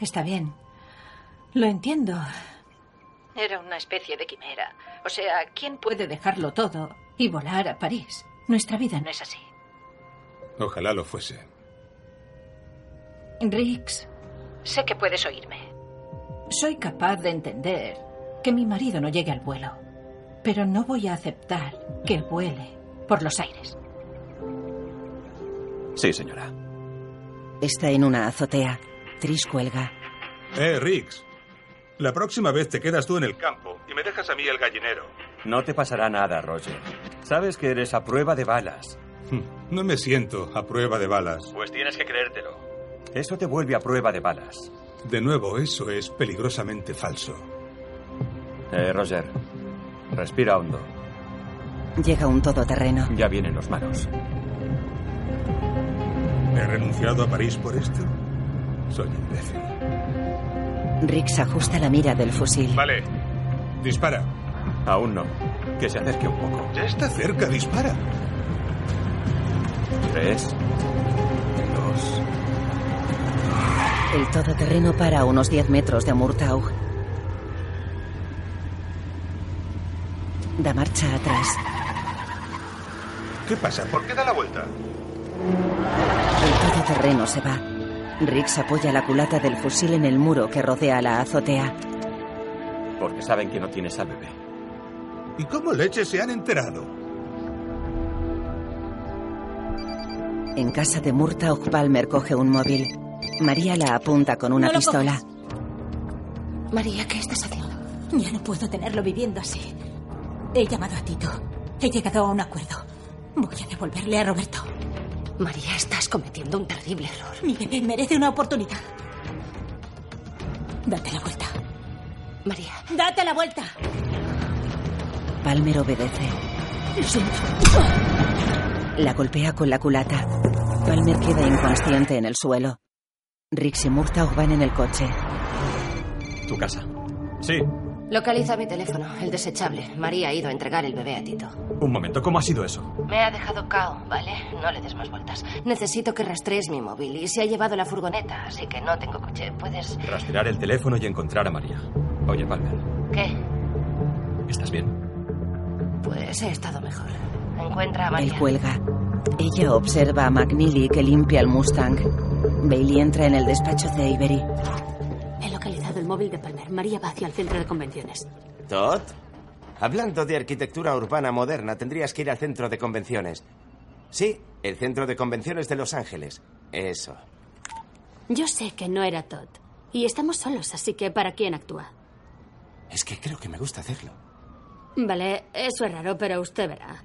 [SPEAKER 5] Está bien. Lo entiendo.
[SPEAKER 17] Era una especie de quimera. O sea, ¿quién puede
[SPEAKER 5] De dejarlo todo y volar a París. Nuestra vida no es así.
[SPEAKER 7] Ojalá lo fuese.
[SPEAKER 5] Riggs,
[SPEAKER 17] Sé que puedes oírme.
[SPEAKER 5] soy capaz de entender que mi marido no llegue al vuelo, pero no voy a aceptar que él vuele por los aires.
[SPEAKER 10] Sí, señora.
[SPEAKER 1] Está en una azotea. Tris cuelga.
[SPEAKER 7] Eh, Riggs, la próxima vez te quedas tú en el campo y me dejas a mí el gallinero.
[SPEAKER 10] No te pasará nada, Roger. Sabes que eres a prueba de balas.
[SPEAKER 7] Hmm. No me siento a prueba de balas.
[SPEAKER 10] Pues tienes que creértelo. Eso te vuelve a prueba de balas.
[SPEAKER 7] De nuevo, eso es peligrosamente falso.
[SPEAKER 10] Eh, Roger, respira hondo.
[SPEAKER 1] Llega un todoterreno.
[SPEAKER 10] Ya vienen los malos.
[SPEAKER 7] ¿He renunciado a París por esto? Soy un imbécil.
[SPEAKER 1] Riggs ajusta la mira del fusil.
[SPEAKER 7] Vale. Dispara.
[SPEAKER 10] Aún no. Que se acerque un poco.
[SPEAKER 7] Ya está cerca, dispara.
[SPEAKER 10] Tres. Dos.
[SPEAKER 1] El todoterreno para a unos 10 metros de Murtaugh. Da marcha atrás.
[SPEAKER 7] ¿Qué pasa? ¿Por qué da la vuelta?
[SPEAKER 1] El todoterreno se va. Riggs apoya la culata del fusil en el muro que rodea la azotea.
[SPEAKER 10] Porque saben que no tienes al bebé.
[SPEAKER 7] ¿Y cómo leche se han enterado?
[SPEAKER 1] En casa de Murtaugh, Palmer coge un móvil. María la apunta con una
[SPEAKER 2] No lo
[SPEAKER 1] pistola.
[SPEAKER 2] María, ¿qué estás haciendo? Ya no puedo tenerlo viviendo así. He llamado a Tito. He llegado a un acuerdo. Voy a devolverle a Roberto.
[SPEAKER 4] María, estás cometiendo un terrible error.
[SPEAKER 2] Mi bebé merece una oportunidad. Date la vuelta.
[SPEAKER 4] María.
[SPEAKER 2] Date la vuelta.
[SPEAKER 1] Palmer obedece.
[SPEAKER 2] Lo siento.
[SPEAKER 1] La golpea con la culata. Palmer queda inconsciente en el suelo. Riggs y Murtaugh van en el coche.
[SPEAKER 10] Tu casa. Sí.
[SPEAKER 4] Localiza mi teléfono, el desechable. María ha ido a entregar el bebé a Tito.
[SPEAKER 10] Un momento, ¿cómo ha sido eso?
[SPEAKER 4] Me ha dejado cao, ¿vale? No le des más vueltas. Necesito que rastrees mi móvil y se ha llevado la furgoneta, así que no tengo coche. ¿Puedes...?
[SPEAKER 10] Rastrear el teléfono y encontrar a María. Oye, Palmer,
[SPEAKER 4] ¿Qué?
[SPEAKER 10] ¿estás bien?
[SPEAKER 4] Pues he estado mejor. Encuentra a
[SPEAKER 1] Él
[SPEAKER 4] María.
[SPEAKER 1] cuelga. Ella observa a McNeely que limpia el Mustang. Bailey entra en el despacho de Avery.
[SPEAKER 9] He localizado el móvil de Palmer. María va hacia el centro de convenciones.
[SPEAKER 13] ¿Todd? Hablando de arquitectura urbana moderna, tendrías que ir al centro de convenciones. Sí, el centro de convenciones de Los Ángeles. Eso.
[SPEAKER 9] Yo sé que no era Todd. Y estamos solos, así que ¿para quién actúa?
[SPEAKER 13] Es que creo que me gusta hacerlo.
[SPEAKER 9] Vale, eso es raro, pero usted verá.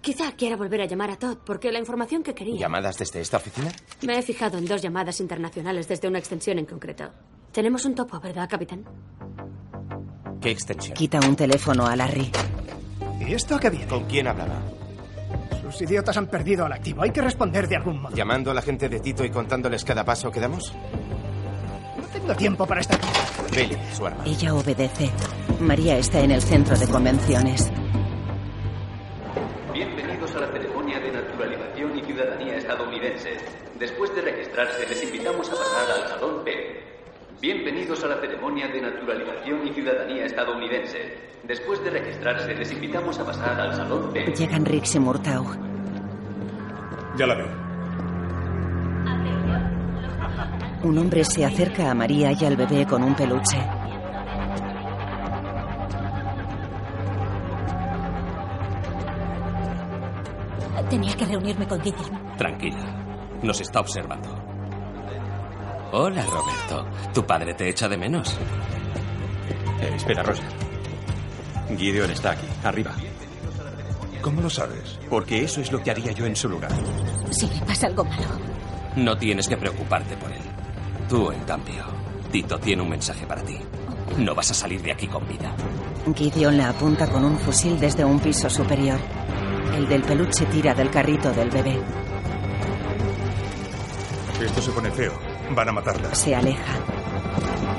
[SPEAKER 9] Quizá quiera volver a llamar a Todd, porque la información que quería...
[SPEAKER 13] ¿Llamadas desde esta oficina?
[SPEAKER 9] Me he fijado en dos llamadas internacionales desde una extensión en concreto. Tenemos un topo, ¿verdad, capitán?
[SPEAKER 13] ¿Qué extensión?
[SPEAKER 1] Quita un teléfono a Larry.
[SPEAKER 13] ¿Y esto qué viene? ¿Con quién hablaba?
[SPEAKER 12] Sus idiotas han perdido al activo. Hay que responder de algún modo.
[SPEAKER 13] ¿Llamando a la gente de Tito y contándoles cada paso que damos?
[SPEAKER 12] No tengo tiempo para estar aquí.
[SPEAKER 13] Billy, su arma.
[SPEAKER 1] Ella obedece. María está en el centro de convenciones.
[SPEAKER 18] Bienvenidos a la ceremonia de naturalización y ciudadanía estadounidense. Después de registrarse, les invitamos a pasar al salón B. Bienvenidos a la ceremonia de naturalización y ciudadanía estadounidense. Después de registrarse, les invitamos a pasar al salón B.
[SPEAKER 1] Llegan Riggs y Murtaugh.
[SPEAKER 7] Ya la veo.
[SPEAKER 1] Un hombre se acerca a María y al bebé con un peluche.
[SPEAKER 2] Tenía que reunirme con Gideon.
[SPEAKER 10] Tranquila, nos está observando. Hola, Roberto. Tu padre te echa de menos. Eh,
[SPEAKER 15] espera, Rosa. Gideon está aquí, arriba.
[SPEAKER 7] ¿Cómo lo sabes?
[SPEAKER 15] Porque eso es lo que haría yo en su lugar.
[SPEAKER 2] Si le pasa algo malo.
[SPEAKER 10] No tienes que preocuparte por él. Tú, en cambio, Tito tiene un mensaje para ti. No vas a salir de aquí con vida.
[SPEAKER 1] Gideon la apunta con un fusil desde un piso superior. El del peluche tira del carrito del bebé.
[SPEAKER 7] Esto se pone feo. Van a matarla.
[SPEAKER 1] Se aleja.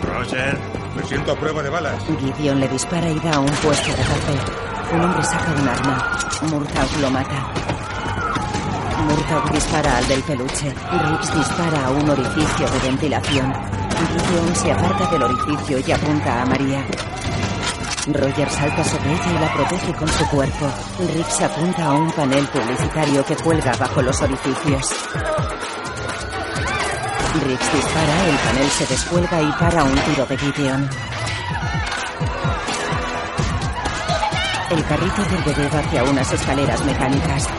[SPEAKER 7] Roger. Me siento a prueba de balas.
[SPEAKER 1] Gideon le dispara y da a un puesto de café. Un hombre saca un arma. Murtaugh lo mata. Murtaugh dispara al del peluche. Riggs dispara a un orificio de ventilación. Gideon se aparta del orificio y apunta a María. Roger salta sobre ella y la protege con su cuerpo. Riggs apunta a un panel publicitario que cuelga bajo los orificios. Riggs dispara, el panel se descuelga y para un tiro de Gideon. El carrito del bebé va hacia unas escaleras mecánicas.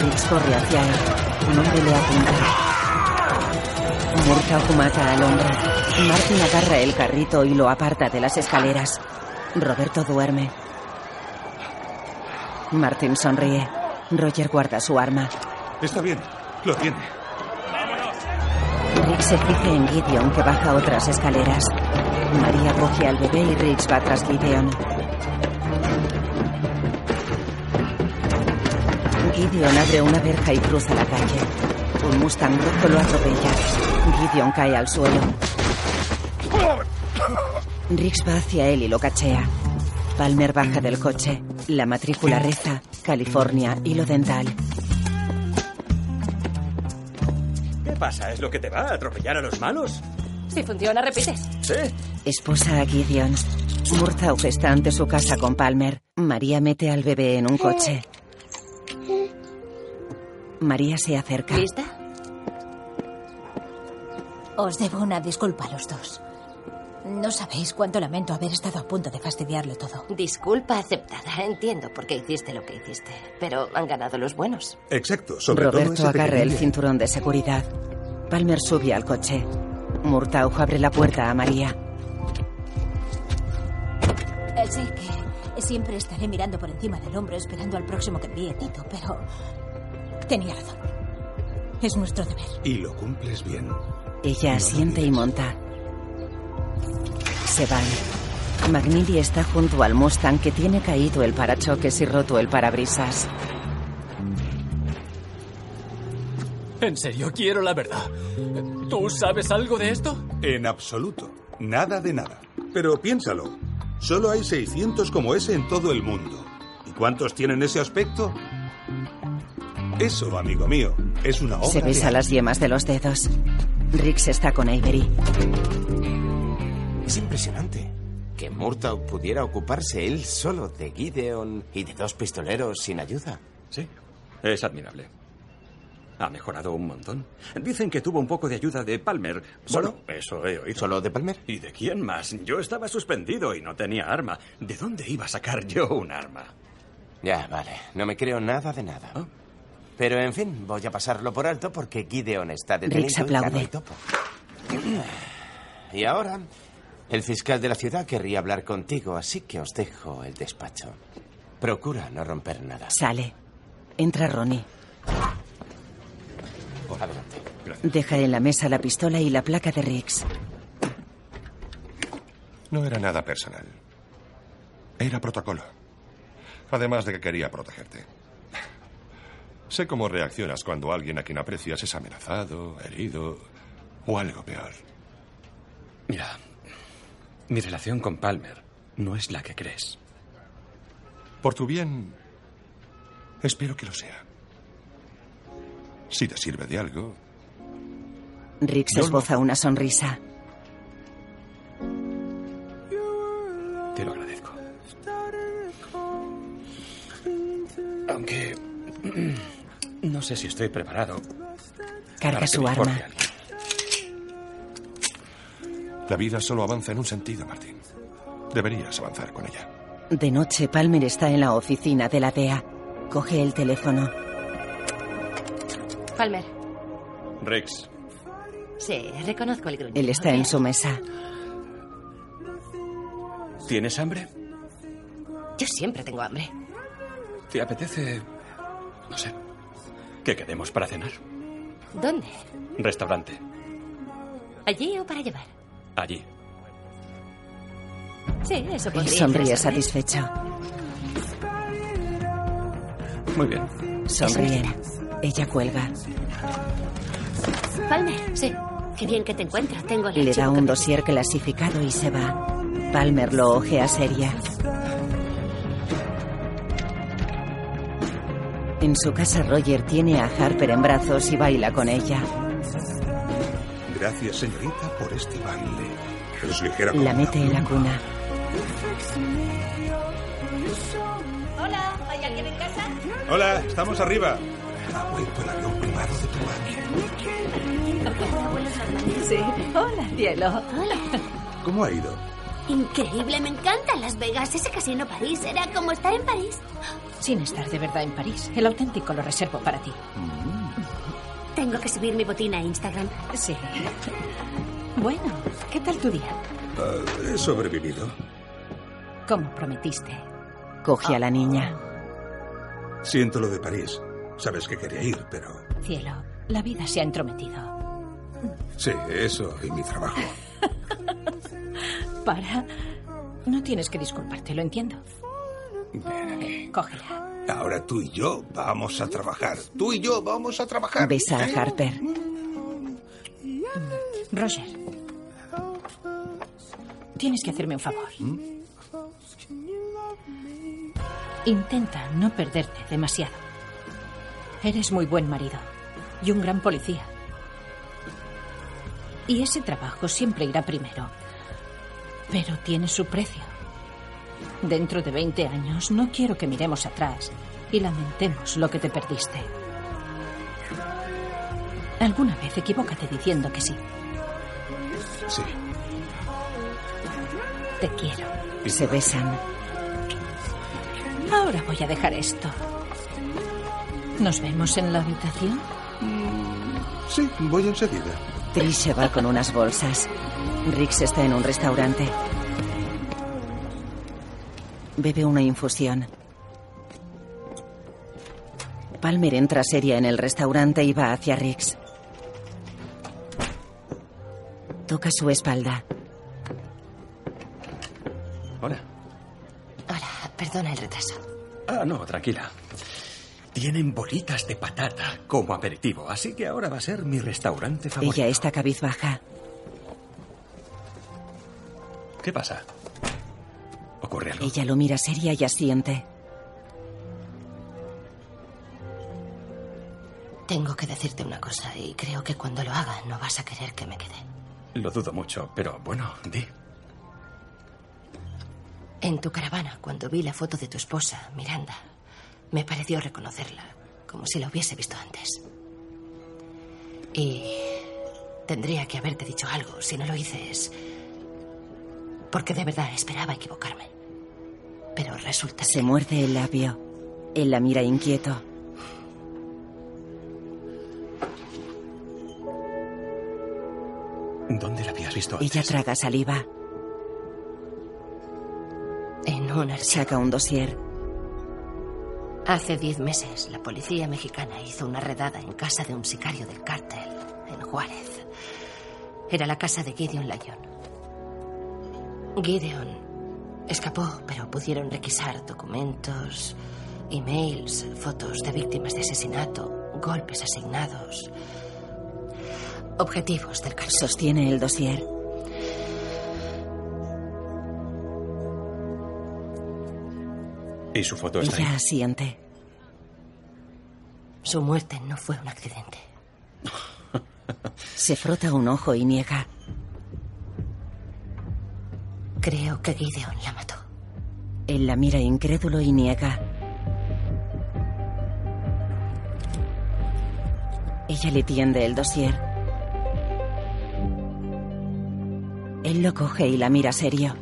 [SPEAKER 1] Riggs corre hacia él. Un hombre le apunta. Murtaugh mata al hombre. Martin agarra el carrito y lo aparta de las escaleras. Roberto duerme. Martin sonríe. Roger guarda su arma.
[SPEAKER 7] Está bien. Lo tiene.
[SPEAKER 1] Riggs se fija en Gideon que baja otras escaleras. María coge al bebé y Riggs va tras Gideon. Gideon abre una verja y cruza la calle. Un Mustang rojo lo atropella. Gideon cae al suelo. Riggs va hacia él y lo cachea. Palmer baja del coche. La matrícula reza California, hilo dental.
[SPEAKER 3] ¿Qué pasa? ¿Es lo que te va a atropellar a los malos?
[SPEAKER 4] Si funciona, repites.
[SPEAKER 3] Sí.
[SPEAKER 1] Esposa a Gideon. Murtaugh está ante su casa con Palmer. María mete al bebé en un coche. María se acerca.
[SPEAKER 4] ¿Lista?
[SPEAKER 2] Os debo una disculpa a los dos. No sabéis cuánto lamento haber estado a punto de fastidiarlo todo.
[SPEAKER 4] Disculpa aceptada. Entiendo por qué hiciste lo que hiciste. Pero han ganado los buenos.
[SPEAKER 7] Exacto. Sobre
[SPEAKER 1] Roberto
[SPEAKER 7] todo ese
[SPEAKER 1] agarra el
[SPEAKER 7] pequeño.
[SPEAKER 1] cinturón de seguridad. Palmer sube al coche. Murtaugh abre la puerta a María.
[SPEAKER 2] Eh, Sé que siempre estaré mirando por encima del hombro esperando al próximo que envíe Tito, pero tenía razón. Es nuestro deber.
[SPEAKER 7] Y lo cumples bien.
[SPEAKER 1] Ella asiente y monta. Se van. McNeely está junto al Mustang que tiene caído el parachoques y roto el parabrisas.
[SPEAKER 8] En serio, quiero la verdad. ¿Tú sabes algo de esto?
[SPEAKER 7] En absoluto. Nada de nada. Pero piénsalo. Solo hay 600 como ese en todo el mundo. ¿Y cuántos tienen ese aspecto? Eso, amigo mío, es una obra.
[SPEAKER 1] Se
[SPEAKER 7] de
[SPEAKER 1] besa
[SPEAKER 7] arte.
[SPEAKER 1] las yemas de los dedos. Riggs está con Avery.
[SPEAKER 13] Es impresionante. Que Murtaugh pudiera ocuparse él solo de Gideon y de dos pistoleros sin ayuda.
[SPEAKER 15] Sí. Es admirable. Ha mejorado un montón. Dicen que tuvo un poco de ayuda de Palmer. ¿Solo? eso he oído.
[SPEAKER 13] ¿Solo de Palmer?
[SPEAKER 15] ¿Y de quién más? Yo estaba suspendido y no tenía arma. ¿De dónde iba a sacar yo un arma? Oh,
[SPEAKER 13] Ya, vale. No me creo nada de nada. Pero, en fin, voy a pasarlo por alto porque Gideon está detenido.
[SPEAKER 1] Riggs
[SPEAKER 13] y ya no hay
[SPEAKER 1] aplaude.
[SPEAKER 13] topo. Y ahora, el fiscal de la ciudad querría hablar contigo, así que os dejo el despacho. Procura no romper nada.
[SPEAKER 1] Sale. Entra Ronnie.
[SPEAKER 13] Adelante.
[SPEAKER 1] Deja en la mesa la pistola y la placa de Riggs.
[SPEAKER 11] No era nada personal. Era protocolo. Además de que quería protegerte. Sé cómo reaccionas cuando alguien a quien aprecias es amenazado, herido o algo peor.
[SPEAKER 15] Mira, mi relación con Palmer no es la que crees.
[SPEAKER 11] Por tu bien, espero que lo sea. Si te sirve de algo,
[SPEAKER 1] Rick se esboza una sonrisa.
[SPEAKER 15] Te lo agradezco. Aunque. No sé si estoy preparado.
[SPEAKER 1] Carga
[SPEAKER 15] para que
[SPEAKER 1] su
[SPEAKER 15] me
[SPEAKER 1] arma.
[SPEAKER 15] importe alguien.
[SPEAKER 11] la vida solo avanza en un sentido, Martín. Deberías avanzar con ella.
[SPEAKER 1] De noche, Palmer está en la oficina de la DEA. Coge el teléfono.
[SPEAKER 4] Palmer.
[SPEAKER 15] Rex,
[SPEAKER 4] Sí, reconozco el gruñido.
[SPEAKER 1] Él está en su mesa.
[SPEAKER 15] ¿tienes hambre?
[SPEAKER 4] Yo siempre tengo hambre.
[SPEAKER 15] ¿Te apetece. No sé. ¿Qué quedemos para cenar?
[SPEAKER 4] ¿Dónde?
[SPEAKER 15] Restaurante.
[SPEAKER 4] ¿Allí o para llevar?
[SPEAKER 15] Allí.
[SPEAKER 4] Sí, eso
[SPEAKER 1] Él
[SPEAKER 4] podría
[SPEAKER 1] sonríe
[SPEAKER 4] interesarme.
[SPEAKER 1] satisfecho.
[SPEAKER 15] Muy bien.
[SPEAKER 1] Sonríen. Ella cuelga.
[SPEAKER 4] ¿eh?
[SPEAKER 9] Palmer, sí. Qué bien que te encuentro. Tengo la
[SPEAKER 1] Le da
[SPEAKER 9] chica.
[SPEAKER 1] un dossier clasificado y se va. Palmer lo ojea seria. En su casa, Roger tiene a Harper en brazos y baila con ella.
[SPEAKER 7] Gracias, señorita, por este baile. Es ligera como
[SPEAKER 1] La
[SPEAKER 7] una
[SPEAKER 1] mete en la
[SPEAKER 7] pluma.
[SPEAKER 1] cuna.
[SPEAKER 14] Hola, ¿hay alguien en casa?
[SPEAKER 7] Hola, estamos arriba. Ha vuelto el avión privado de tu
[SPEAKER 17] Sí. Hola, cielo.
[SPEAKER 7] ¿Cómo ha ido?
[SPEAKER 6] Increíble, me encanta Las Vegas. Ese casino París era como estar en París.
[SPEAKER 5] Sin estar de verdad en París. El auténtico lo reservo para ti.
[SPEAKER 9] Tengo que subir mi botina a Instagram.
[SPEAKER 5] Sí. Bueno, ¿qué tal tu día?
[SPEAKER 7] Ah, he sobrevivido.
[SPEAKER 5] Como prometiste.
[SPEAKER 1] Coge a la niña.
[SPEAKER 7] Siento lo de París. Sabes que quería ir, pero...
[SPEAKER 5] Cielo, la vida se ha entrometido.
[SPEAKER 7] Sí, eso y mi trabajo.
[SPEAKER 5] Para. No tienes que disculparte, lo entiendo. Cógela.
[SPEAKER 7] Ahora tú y yo vamos a trabajar. Tú y yo vamos a trabajar.
[SPEAKER 1] Besa a Harper.
[SPEAKER 5] Roger. Tienes que hacerme un favor. Intenta no perderte demasiado. Eres muy buen marido y un gran policía. Y ese trabajo siempre irá primero. Pero tiene su precio. Dentro de 20 años no quiero que miremos atrás y lamentemos lo que te perdiste. Alguna vez equivócate diciendo que sí.
[SPEAKER 7] Sí.
[SPEAKER 5] Te quiero.
[SPEAKER 1] Se besan.
[SPEAKER 5] Ahora voy a dejar esto. ¿Nos vemos en la habitación?
[SPEAKER 7] Sí, voy enseguida.
[SPEAKER 1] Trish se va con unas bolsas. Rix está en un restaurante. Bebe una infusión. Palmer entra seria en el restaurante y va hacia Rix. Toca su espalda.
[SPEAKER 15] Hola.
[SPEAKER 4] Hola, perdona el retraso.
[SPEAKER 15] Ah, no, tranquila. Tienen bolitas de patata como aperitivo, así que ahora va a ser mi restaurante favorito.
[SPEAKER 1] Ella está cabizbaja.
[SPEAKER 15] ¿Qué pasa? ¿Ocurre algo?
[SPEAKER 1] Ella lo mira seria y asiente.
[SPEAKER 4] Tengo que decirte una cosa y creo que cuando lo haga no vas a querer que me quede.
[SPEAKER 15] Lo dudo mucho, pero bueno, di.
[SPEAKER 4] En tu caravana, cuando vi la foto de tu esposa, Miranda, me pareció reconocerla, como si la hubiese visto antes. Y tendría que haberte dicho algo, si no lo hice es porque de verdad esperaba equivocarme. Pero resulta
[SPEAKER 1] Se muerde el labio. Él la mira inquieto.
[SPEAKER 15] ¿Dónde la habías visto antes?
[SPEAKER 1] Ella traga saliva.
[SPEAKER 4] En un
[SPEAKER 1] Saca un dossier.
[SPEAKER 4] Hace diez meses, la policía mexicana hizo una redada en casa de un sicario del cártel, en Juárez. Era la casa de Gideon Lyon. Gideon escapó, pero pudieron requisar documentos Emails, fotos de víctimas de asesinato, golpes asignados. Objetivos del caso.
[SPEAKER 1] Sostiene el dossier.
[SPEAKER 15] ¿Y su foto Pues está
[SPEAKER 1] Ella
[SPEAKER 15] ahí?
[SPEAKER 1] asiente.
[SPEAKER 4] Su muerte no fue un accidente.
[SPEAKER 1] Se frota un ojo y niega.
[SPEAKER 4] Creo que Gideon la mató.
[SPEAKER 1] Él la mira incrédulo y niega. Ella le tiende el dossier. Él lo coge y la mira serio.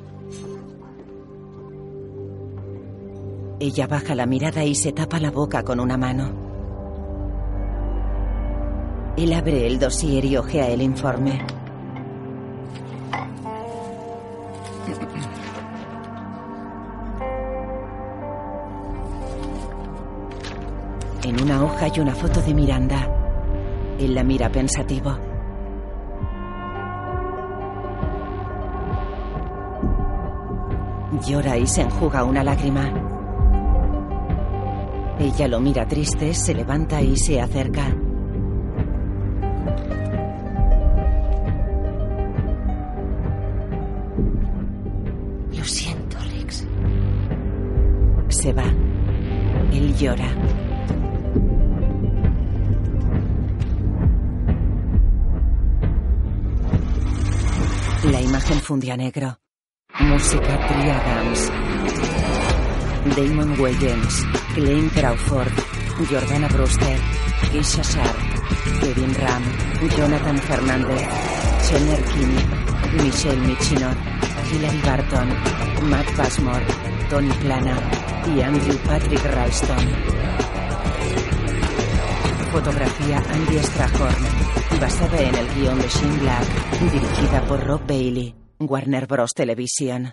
[SPEAKER 1] Ella baja la mirada y se tapa la boca con una mano. Él abre el dossier y ojea el informe. En una hoja hay una foto de Miranda. Él la mira pensativo. Llora y se enjuga una lágrima. Ella lo mira triste, se levanta y se acerca.
[SPEAKER 4] Lo siento, Rex.
[SPEAKER 1] Se va. Él llora. La imagen fundía negro. Música Tree Adams. Damon Wayans, Glenn Crawford, Jordana Brewster, Keisha Sharp, Kevin Ram, Jonathan Fernández, Chener Kinney, Michelle Michinot, Hilary Barton, Matt Passmore, Tony Plana y Andrew Patrick Ralston. Fotografía Andy Strahorn, basada en el guión de Shane Black, dirigida por Rob Bailey, Warner Bros. Television.